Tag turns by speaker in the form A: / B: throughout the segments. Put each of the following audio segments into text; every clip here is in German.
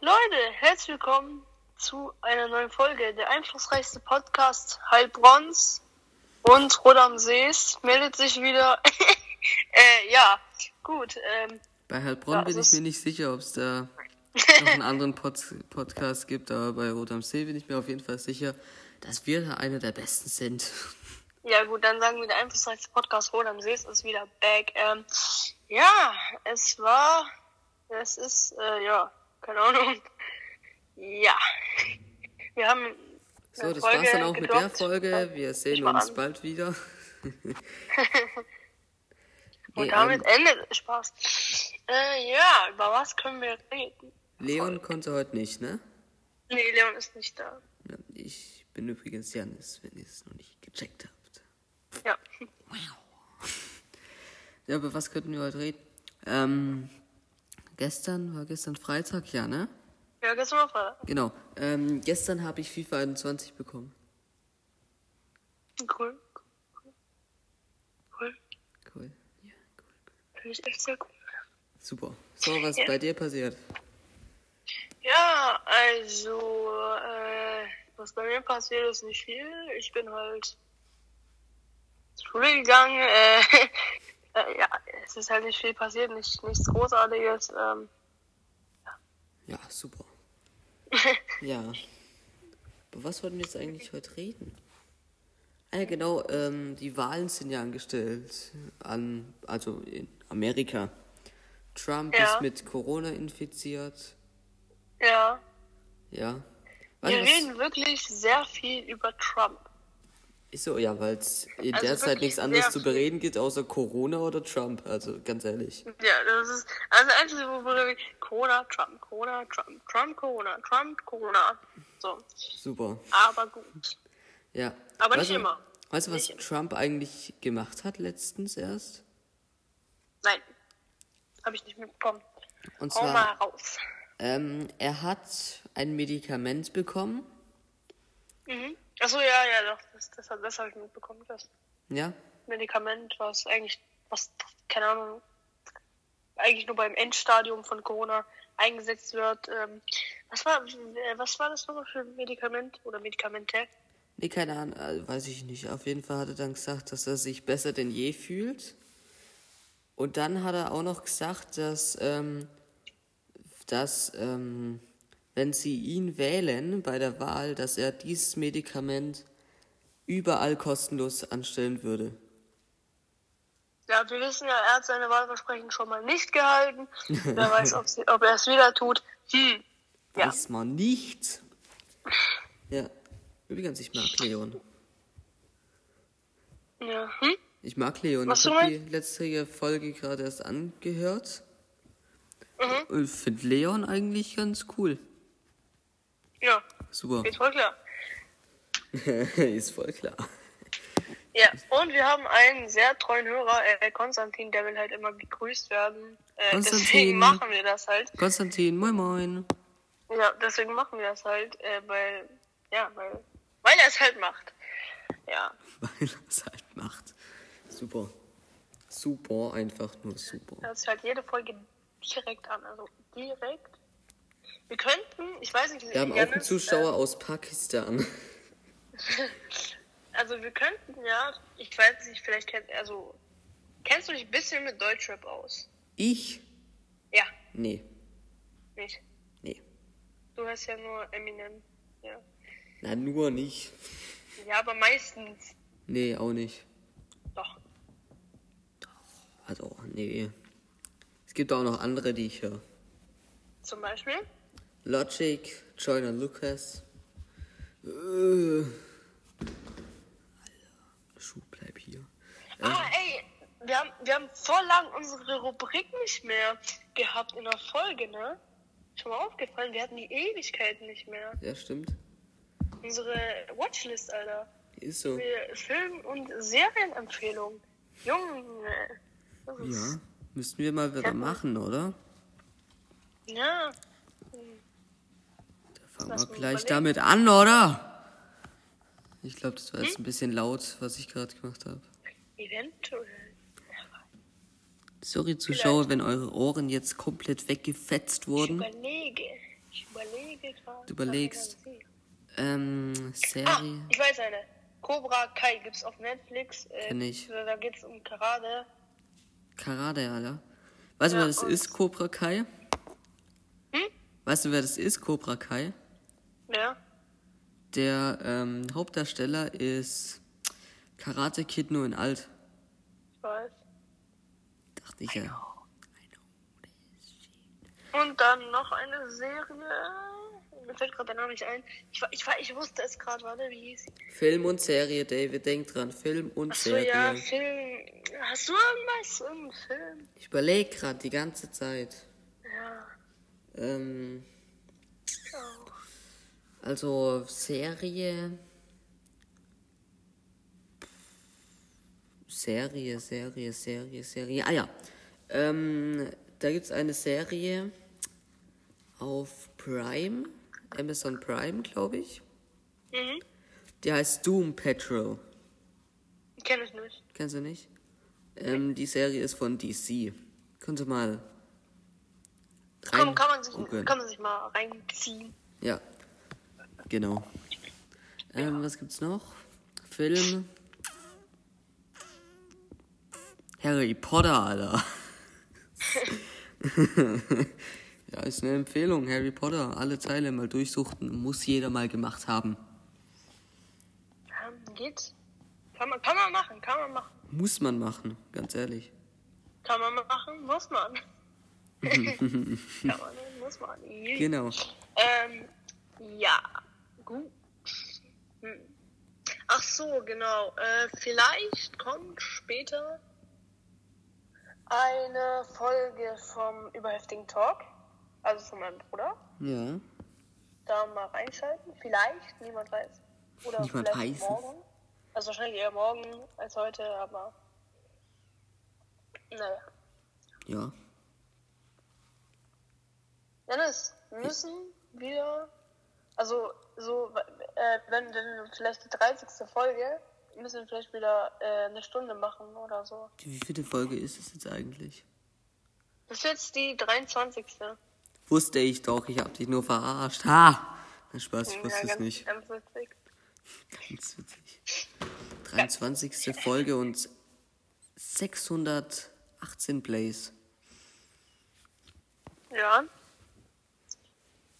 A: Leute, herzlich willkommen zu einer neuen Folge. Der einflussreichste Podcast Heilbronns und Rot am Sees meldet sich wieder. äh, ja, gut. Ähm,
B: Bei Heilbronn
A: Ja, es
B: bin ich
A: ist-
B: mir nicht sicher, ob es da noch einen anderen Pod Podcast gibt, aber bei Rot am See bin ich mir auf jeden Fall sicher, dass wir da einer der besten sind.
A: ja, gut, dann sagen wir, der einflussreichste Podcast Rot am Sees ist wieder back. Ähm, ja, es war. Es ist, äh, ja, keine Ahnung. Ja. Wir haben.
B: So,
A: eine
B: das
A: Folge
B: war's dann auch mit der
A: gedroppt.
B: Folge. Wir
A: Ich
B: sehen
A: war
B: uns
A: an.
B: bald wieder.
A: Und
B: Nee,
A: damit
B: ähm,
A: endet Spaß. Äh, ja, über was können wir reden?
B: Leon konnte heute nicht, ne?
A: Nee, Leon ist nicht da.
B: Ja, Ich bin übrigens Janis, wenn ihr es noch nicht gecheckt habt.
A: Ja.
B: Ja, über was könnten wir heute reden? Ähm, gestern, war gestern Freitag, ja, ne?
A: Ja, gestern war Freitag.
B: Genau. Ähm, gestern habe ich FIFA 21 bekommen.
A: Cool. Cool.
B: Cool. Ja, cool.
A: Finde ich echt sehr cool.
B: Super. So, was bei dir passiert?
A: Ja, also, äh, was bei mir passiert ist nicht viel. Ich bin halt zur Schule gegangen. Äh, äh, ja, es ist halt nicht viel passiert, nicht, nichts Großartiges. Ähm,
B: Ja, super. ja. Aber was wollten wir jetzt eigentlich heute reden? Ah ja, genau, ähm, die Wahlen sind ja angestellt. An, also in Amerika. Trump
A: Ja.
B: ist mit Corona infiziert.
A: ja.
B: Ja.
A: Wir
B: Weißt du,
A: reden wirklich sehr viel über Trump.
B: Ist so, ja, weil es in
A: Also
B: der Zeit
A: wirklich
B: nichts anderes
A: sehr
B: zu bereden gibt, außer Corona oder Trump. Also ganz ehrlich.
A: Ja, das ist, also einzige, wo wir Corona, Trump, Corona, Trump, Trump, Corona, Trump, Corona. So.
B: Super.
A: Aber gut.
B: Ja.
A: Aber
B: Weißt
A: nicht
B: du-
A: immer.
B: Weißt du, was
A: Nicht immer.
B: Trump eigentlich gemacht hat letztens erst?
A: Nein. Habe ich nicht mitbekommen.
B: Und
A: Hau
B: zwar-
A: mal raus.
B: Ähm, er hat ein Medikament bekommen,
A: Mhm. Achso, ja, ja, doch. Das, das, hab- das habe ich mitbekommen. Das
B: ja,
A: Medikament, was eigentlich, was, keine Ahnung, eigentlich nur beim Endstadium von Corona eingesetzt wird. Ähm, was, war, äh, was war das nochmal für ein Medikament oder Medikamente?
B: nee, keine Ahnung, äh, weiß ich nicht. Auf jeden Fall hat er dann gesagt, dass er sich besser denn je fühlt. Und dann hat er auch noch gesagt, dass, ähm, dass ähm, wenn sie ihn wählen bei der Wahl, dass er dieses Medikament überall kostenlos anstellen würde.
A: Ja, wir wissen ja, er hat seine Wahlversprechen schon mal nicht gehalten. Wer weiß, ob, sie, ob er es wieder tut. Hm. Ja.
B: Weiß man nicht. Ja, übrigens, ich mag Leon.
A: ja. Hm?
B: Ich mag Leon.
A: Was
B: ich
A: du
B: habe die letzte Folge gerade erst angehört.
A: Mhm.
B: Ich finde Leon eigentlich ganz cool.
A: Ja,
B: Super.
A: geht voll klar.
B: Ist voll klar.
A: Ja, und wir haben einen sehr treuen Hörer, äh, Konstantin, der will halt immer gegrüßt werden. Äh, deswegen
B: Konstantin.
A: machen wir das halt.
B: Konstantin, moin moin.
A: Ja, deswegen machen wir das halt, äh, weil, ja, weil, weil er es halt macht. Ja,
B: Weil er es halt macht. Super. Super, einfach nur super.
A: er hört sich halt jede Folge direkt an, also direkt. Wir könnten, ich weiß nicht,
B: Wir haben auch einen Zuschauer aus Pakistan.
A: Also wir könnten ja, ich weiß nicht, vielleicht kennt, also kennst du dich ein bisschen mit Deutschrap aus?
B: Ich?
A: Ja,
B: Nee.
A: nicht.
B: Nee.
A: Du hast ja nur Eminem. Ja,
B: Na, nur nicht.
A: ja aber meistens
B: Nee, auch nicht.
A: doch.
B: Also, nee. Es gibt auch noch andere, die ich höre.
A: Zum Beispiel?
B: Logic, Joyner Lucas. Äh. Alter, Schuh, bleib hier.
A: Ah, ey, wir haben, wir haben vor lang unsere Rubrik nicht mehr gehabt in der Folge, ne? Schon mal aufgefallen, wir hatten die Ewigkeiten nicht mehr.
B: Ja, stimmt.
A: Unsere Watchlist, Alter.
B: Ist so.
A: Für Film- und Serienempfehlungen. Junge. Das ist-
B: Ja. Müssten wir mal wieder machen, oder?
A: Ja.
B: Da
A: Lass
B: fangen wir
A: mal
B: gleich
A: überlegen.
B: damit an, oder? Ich glaube, das war jetzt ein bisschen laut, was ich gerade gemacht habe.
A: Eventuell.
B: Sorry, Zuschauer, wenn eure Ohren jetzt komplett weggefetzt
A: Ich
B: wurden.
A: überlege. Ich überlege.
B: Du überlegst. Ähm,
A: Ah,
B: Serie.
A: ich weiß eine. Cobra Kai gibt's auf Netflix. Äh,
B: Kenn ich.
A: Da geht's um Karate.
B: Karate, Alter. Weißt du, wer das
A: und- Hm?
B: ist, Cobra Kai? Weißt du, wer das ist, Cobra Kai?
A: Ja.
B: Der ähm, Hauptdarsteller ist Karate Kid nur in alt.
A: Ich weiß.
B: Dachte ich ja.
A: Und dann noch eine Serie. Mir fällt gerade der Name nicht ein. Ich, wa- ich, wa- ich wusste es gerade, warte, wie hieß sie?
B: Film und Serie, David, denk dran. Film und
A: Achso,
B: Serie.
A: ja, Film. Hast du irgendwas? Irgendeinen Film?
B: Ich überlege gerade die ganze Zeit.
A: Ja.
B: Ähm,
A: Oh.
B: also Serie. Serie, Serie, Serie, Serie. Ah ja. Ähm, da gibt es eine Serie auf Prime, Amazon Prime, glaube ich.
A: Mhm.
B: Die heißt Doom Patrol.
A: Kenn ich nicht.
B: Kennst du nicht? Ähm, die Serie ist von DC. Könnte mal.
A: Komm, kann man, sich,
B: reingucken.
A: kann man sich mal reinziehen.
B: Ja, genau. Ähm, was gibt's noch? Film. Harry Potter, Alter. ja, ist eine Empfehlung. Harry Potter, alle Teile mal durchsuchten. Muss jeder mal gemacht haben.
A: Ähm, geht's? Kann man, kann man machen, kann man machen.
B: Muss man machen, ganz ehrlich.
A: Kann man machen, muss man. kann man, nicht, muss man. Jui.
B: Genau.
A: Ähm, ja, gut. Hm. Ach so, genau. Äh, vielleicht kommt später eine Folge vom überheftigen Talk. Also von meinem Bruder.
B: Ja.
A: da mal reinschalten. Vielleicht, niemand weiß. Oder
B: Niemand
A: vielleicht
B: weiß es.
A: morgen. Also wahrscheinlich eher morgen als heute, aber naja.
B: Ja.
A: Dennis, müssen wir, also so, äh, wenn denn vielleicht die 30. Folge, müssen wir vielleicht wieder äh, eine Stunde machen oder so.
B: Die- Wie viele Folge ist es jetzt eigentlich?
A: Das ist jetzt die 23.
B: Wusste ich doch, ich hab dich nur verarscht. Ha! Na Spaß, ich wusste es
A: ganz,
B: nicht.
A: ganz witzig.
B: Ganz witzig. 23. Folge und 618 Plays.
A: Ja.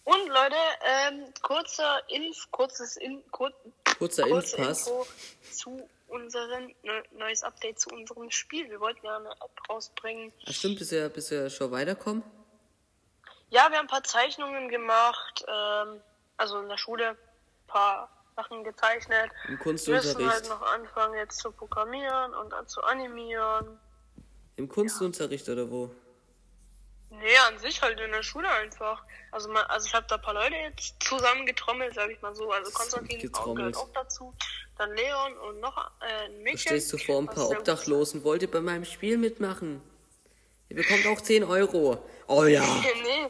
A: Und Leute, ähm, kurzer Inf, kurzes In, kur,
B: Kurzer
A: kurze
B: Impfpass.
A: Info zu unserem ne, neues Update zu unserem Spiel. Wir wollten ja eine App rausbringen.
B: Ach Ah, stimmt, bis wir, bis wir schon weiterkommen.
A: Ja, wir haben ein paar Zeichnungen gemacht, ähm, also in der Schule ein paar Sachen gezeichnet.
B: Im
A: Wir müssen halt
B: Kunstunterricht.
A: noch anfangen jetzt zu programmieren und an- zu animieren.
B: Im Kunstunterricht oder wo?
A: Nee, an sich halt in der Schule einfach. Also man, also ich habe da ein paar Leute jetzt zusammengetrommelt, sage ich mal so. Also Konstantin auch-
B: Getrommelt.
A: gehört auch dazu, dann Leon und noch äh, ein
B: Du
A: Mädchen.
B: stehst du vor ein
A: aus
B: paar
A: der-
B: Obdachlosen. Wollt ihr bei meinem Spiel mitmachen? Ihr bekommt auch 10 Euro. Oh ja.
A: nee.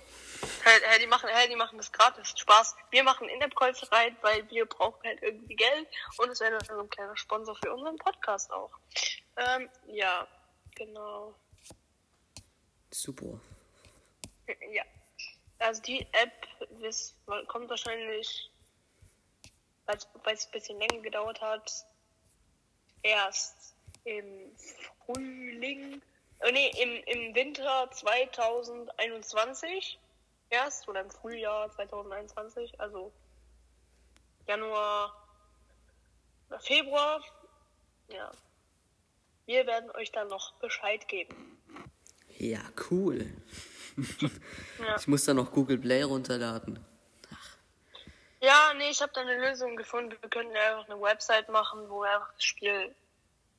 A: Halt, halt, die machen, halt, die machen das gratis. Spaß. Wir machen In-App-Calls rein, weil wir brauchen halt irgendwie Geld. Und es wäre dann so ein kleiner Sponsor für unseren Podcast auch. Ähm, ja. Genau.
B: Super.
A: Ja. Also die App das kommt wahrscheinlich, weil es ein bisschen länger gedauert hat, erst im Frühling, oh nee, im, im Winter 2021 erst oder im Frühjahr 2021, also Januar, oder Februar. Ja. Wir werden euch dann noch Bescheid geben.
B: Ja, cool.
A: Ja.
B: Ich muss da noch Google Play runterladen.
A: Ja, nee, ich habe da eine Lösung gefunden. Wir könnten einfach eine Website machen, wo wir einfach das Spiel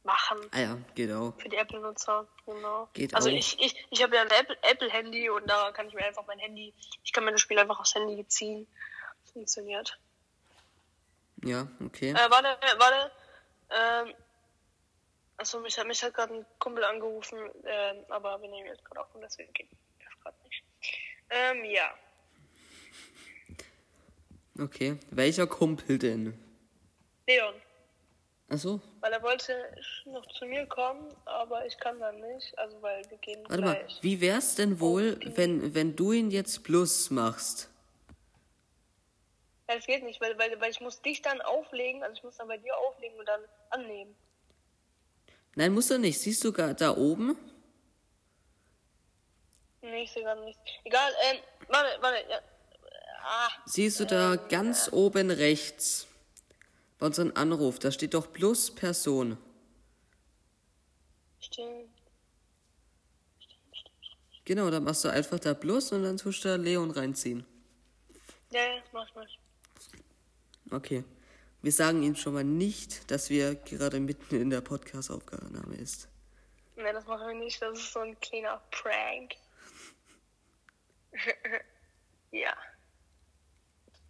A: machen
B: Ah ja, genau.
A: für die Apple-Nutzer. Genau.
B: Geht
A: also
B: auch.
A: ich, ich, ich habe ja ein Apple- Apple-Handy und da kann ich mir einfach mein Handy, ich kann mir das Spiel einfach aufs Handy ziehen. Funktioniert.
B: Ja, okay.
A: Äh, warte, äh, warte. Ähm, achso, mich hat, mich hat gerade ein Kumpel angerufen, ähm, aber wir nehmen jetzt gerade auf und deswegen geht das gerade nicht. Ähm, ja.
B: Okay. Welcher Kumpel denn?
A: Leon.
B: Ach so,
A: Weil er wollte noch zu mir kommen, aber ich kann dann nicht. Also, weil wir gehen
B: Warte mal,
A: gleich.
B: wie wär's denn wohl, wenn, wenn du ihn jetzt plus machst?
A: Ja, das geht nicht, weil, weil, weil ich muss dich dann auflegen, also ich muss dann bei dir auflegen und dann annehmen.
B: Nein, musst du nicht. Siehst du gar da oben?
A: Nee, ich sehe gerade nichts. Egal, ähm, warte, warte, ja. Ah,
B: Siehst du da ganz oben rechts? Bei unserem Anruf, da steht doch plus Person.
A: stimmt.
B: Genau, da machst du einfach da plus und dann tust du da Leon reinziehen.
A: Ja, ja, mach, mach.
B: Okay. Wir sagen ihm schon mal nicht, dass wir gerade mitten in der Podcast-Aufnahme ist.
A: Ne, das machen wir nicht, das ist so ein kleiner Prank. ja.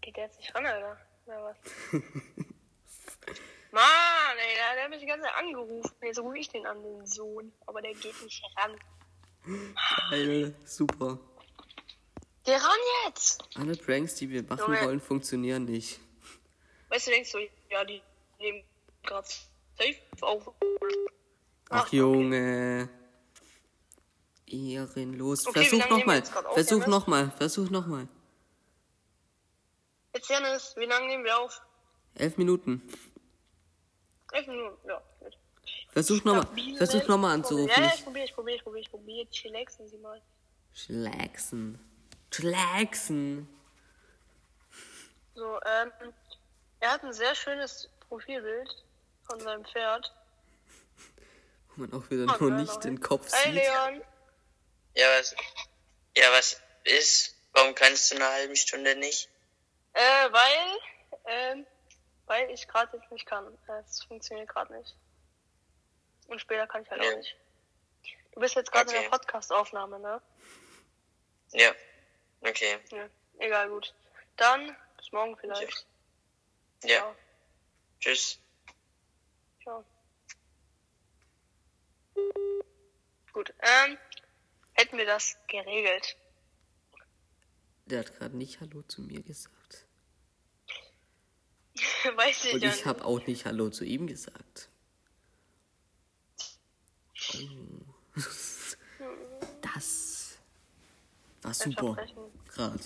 A: Geht der jetzt nicht ran, Alter? Oder was? Mann, ey, der, der hat mich die ganze Zeit angerufen. Jetzt rufe ich den an, den Sohn. Aber der geht nicht ran.
B: Geil, super.
A: Geh ran jetzt!
B: Alle Pranks, die wir machen
A: Junge.
B: wollen, funktionieren nicht.
A: Weißt du, denkst du, ja, die nehmen gerade safe auf.
B: Ach, Junge. Ehrenlos.
A: Okay, wie
B: versuch
A: lange nehmen wir
B: nochmal.
A: jetzt gerade auf,
B: Versuch
A: Janis?
B: nochmal. Versuch nochmal.
A: Jetzt, Janis, wie lange nehmen wir auf?
B: Elf Minuten.
A: Elf Minuten, ja. gut.
B: Versuch nochmal.
A: Stabiles
B: Versuch nochmal
A: Problem.
B: anzurufen.
A: Ja, ja, ich
B: Ich-
A: probiere, ich probiere, ich probiere, ich probiere. Chillaxen Sie mal.
B: Schlaxen. Schlaxen.
A: So, ähm, er hat ein sehr schönes Profilbild von seinem Pferd.
B: Wo man auch wieder nur nicht den Kopf
A: Hey,
B: sieht.
A: Leon.
C: Ja, was? Ja, was ist? Warum kannst du eine halbe Stunde nicht?
A: Äh, weil, ähm, weil ich gerade jetzt nicht kann. Es funktioniert gerade nicht. Und später kann ich halt auch
C: Ja.
A: nicht. Du bist jetzt gerade in
C: Okay.
A: der Podcast-Aufnahme, ne?
C: Ja. Okay.
A: Ja. Egal, gut. Dann bis morgen
C: Ja.
A: vielleicht.
C: Ja.
A: Ciao.
C: Tschüss.
A: Ciao. Gut, ähm, hätten wir das geregelt.
B: Der hat gerade nicht Hallo zu mir gesagt.
A: Weiß ich
B: Und
A: ja
B: ich
A: nicht.
B: habe auch nicht Hallo zu ihm gesagt. Oh. Das war super.
A: Verbrechen.
B: Gerade.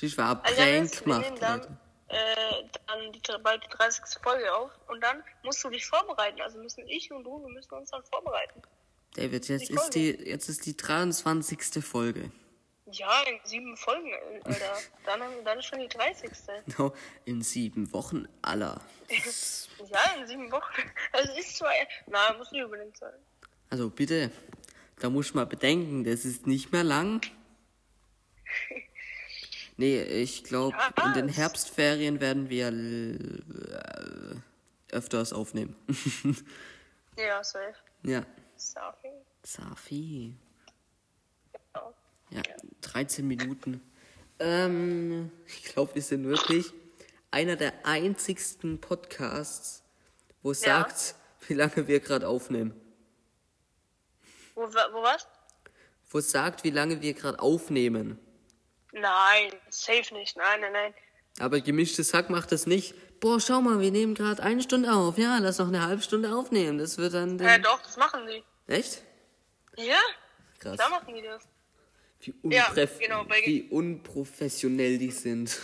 B: Ich war
A: Also Janis,
B: Prank
A: wir nehmen
B: gemacht, Leute.
A: dann, äh, dann die, bald die 30. Folge auf und dann musst du dich vorbereiten. Also müssen ich und du, wir müssen uns dann vorbereiten.
B: David, jetzt
A: Die
B: ist die, jetzt ist die 23. Folge.
A: Ja, in sieben Folgen, äh, Alter. Dann, haben- dann ist schon die 30.
B: Genau, in sieben Wochen aller.
A: Ja, in sieben Wochen. Das ist zwar. Na, muss nicht unbedingt sein.
B: Also bitte, da muss man bedenken, das ist nicht mehr lang. Nee, ich glaube, in den
A: Ah, Was?
B: Herbstferien werden wir l- äh, öfters aufnehmen.
A: Ja, safe.
B: ja,
A: Safi.
B: Safi.
A: Ja.
B: Ja, 13 Minuten. Ähm, ich glaube, wir sind wirklich einer der einzigsten Podcasts, wo es
A: Ja.
B: sagt, wie lange wir gerade aufnehmen.
A: Wo, wa- wo was?
B: Wo es sagt, wie lange wir gerade aufnehmen.
A: Nein, safe nicht. Nein, nein, nein.
B: Aber gemischtes Hack macht das nicht. Boah, schau mal, wir nehmen gerade eine Stunde auf. Ja, lass noch eine halbe Stunde aufnehmen. Das wird dann. Den...
A: Ja, doch, das machen die.
B: Echt?
A: Ja?
B: Krass.
A: Da machen die das.
B: Wie,
A: Ja,
B: unpref-
A: genau, bei-
B: wie unprofessionell die sind.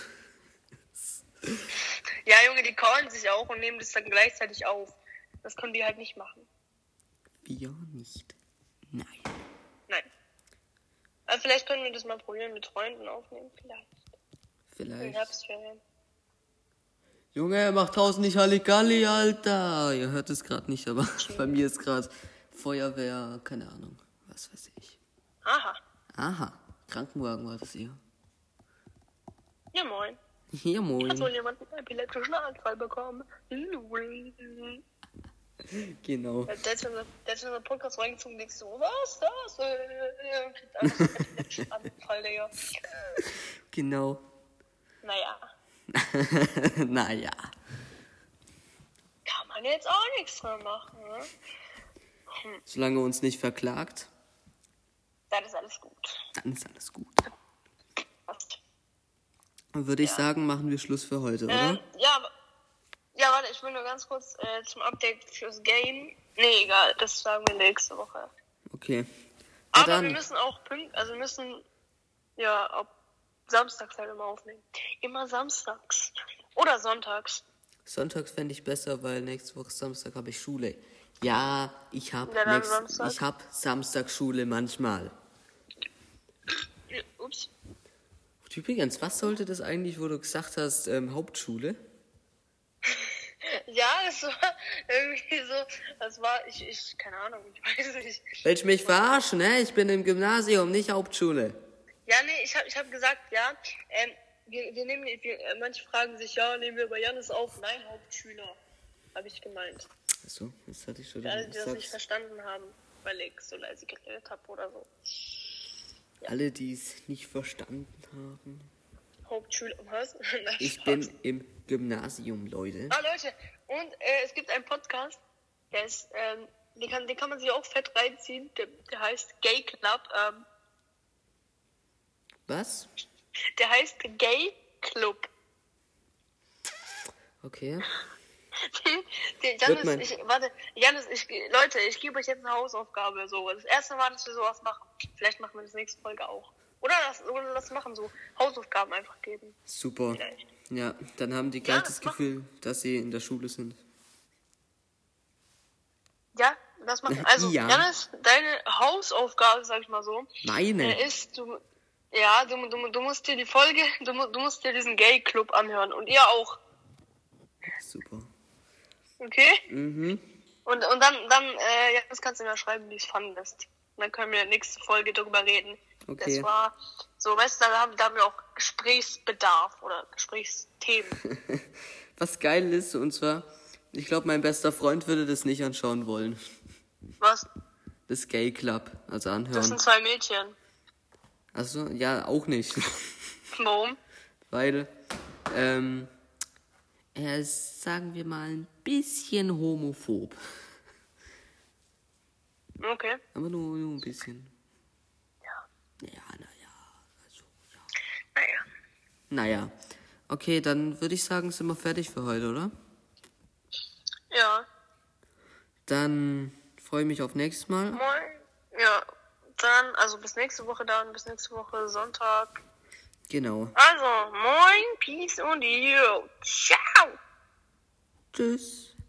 A: Ja, Junge, die callen sich auch und nehmen das dann gleichzeitig auf. Das können die halt nicht machen.
B: Wir nicht. Nein.
A: Nein. Aber vielleicht können wir das mal probieren mit Freunden aufnehmen. Vielleicht. In
B: Vielleicht.
A: Herbstferien.
B: Junge, macht draußen nicht Halligalli, Alter. Ihr hört es gerade nicht, aber bei mir ist gerade Feuerwehr, keine Ahnung, was weiß ich.
A: Aha.
B: Aha, Krankenwagen war das hier.
A: Ja, moin.
B: Hier,
A: Hat wohl
B: moin.
A: jemand einen epileptischen Anfall bekommen? Lul.
B: Genau.
A: Ja, Selbst wenn der- selbst wenn der Podcast reingezogen denkst du, was, das? Äh, äh, kriegt alles einen epileptischen Anfall, Digga.
B: Genau.
A: Naja,
B: naja.
A: kann man jetzt auch nichts dran machen, ne?
B: Solange uns nicht verklagt,
A: Dann ist alles gut.
B: dann ist alles gut.
A: Passt.
B: Dann würde ich sagen, machen wir Schluss für heute,
A: Ähm,
B: oder?
A: ja, wa- ja, warte, ich will nur ganz kurz äh, zum Update fürs Game. Nee, egal, das sagen wir nächste Woche.
B: Okay. Na
A: Aber wir
B: dann,
A: müssen auch pünkt, also wir müssen, ja, ob, samstags halt immer aufnehmen. Immer samstags. Oder sonntags.
B: Sonntags fände ich besser, weil nächste Woche Samstag habe ich Schule. Ja, ich habe
A: Ja, dann
B: nächst-
A: Samstag.
B: ich hab Samstag Schule manchmal.
A: Ups.
B: Und übrigens, was sollte das eigentlich, wo du gesagt hast, ähm, Hauptschule?
A: Ja, es war irgendwie so, das war, ich, ich, keine Ahnung, ich weiß nicht.
B: Willst du mich verarschen, hä? Ich bin im Gymnasium, nicht Hauptschule.
A: Ja, nee, ich hab ich hab gesagt, ja, ähm, wir, wir nehmen, wir, äh, manche fragen sich, ja, nehmen wir bei Janis auf? Nein, Hauptschüler, habe ich gemeint.
B: Achso, jetzt hatte ich schon
A: Für alle,
B: den
A: die das nicht
B: gesagt.
A: verstanden haben, weil ich so leise geredet habe oder so.
B: Alle, die es nicht verstanden haben.
A: Hauptschüler, was? Nein,
B: Ich
A: Spaß.
B: bin im Gymnasium, Leute.
A: Ah, Leute, und äh, es gibt einen Podcast, der ist, ähm, den, kann, den kann man sich auch fett reinziehen, der, der heißt Gay Club. Ähm,
B: Was?
A: der heißt Gay Club.
B: Okay.
A: Den-
B: Wird
A: Janis,
B: mein-
A: ich, warte, Janis, ich, Leute, ich gebe euch jetzt eine Hausaufgabe. So. Das erste Mal, dass wir sowas machen. Vielleicht machen wir das nächste Folge auch. Oder das, oder das machen, so Hausaufgaben einfach geben.
B: Super.
A: Vielleicht.
B: Ja, dann haben die gleich
A: Ja,
B: das
A: mach.
B: Gefühl, dass sie in der Schule sind.
A: Ja, das machen. Also,
B: Äh, Ja.
A: Janis, deine Hausaufgabe, sag ich mal so,
B: Meine.
A: äh, ist, du, ja, du, du, du musst dir die Folge, du, mu- du musst dir diesen Gay Club anhören. Und ihr auch.
B: Super.
A: Okay? Mhm. Und, und dann, dann äh, Janis, kannst du mir schreiben, wie es fandest. Und dann können wir in der nächsten Folge drüber reden.
B: Okay.
A: Das war so, weißt du, da haben, da haben wir auch Gesprächsbedarf oder Gesprächsthemen.
B: Was geil ist, und zwar, ich glaube, mein bester Freund würde das nicht anschauen wollen.
A: Was?
B: Das Gay Club, also
A: Das
B: anhören.
A: sind zwei Mädchen.
B: Also ja, auch nicht.
A: Warum?
B: Weil, ähm, er ist, sagen wir mal, ein bisschen homophob.
A: Okay.
B: Aber nur, nur ein bisschen. Ja. Ja, naja. Also,
A: Naja.
B: naja. Okay, dann würde ich sagen, sind wir fertig für heute, oder?
A: Ja.
B: Dann freue ich mich auf nächstes Mal.
A: Moin. Ja. Dann, also bis nächste Woche dann, bis nächste Woche Sonntag.
B: Genau.
A: Also, moin, peace und yo. Ciao.
B: Tschüss.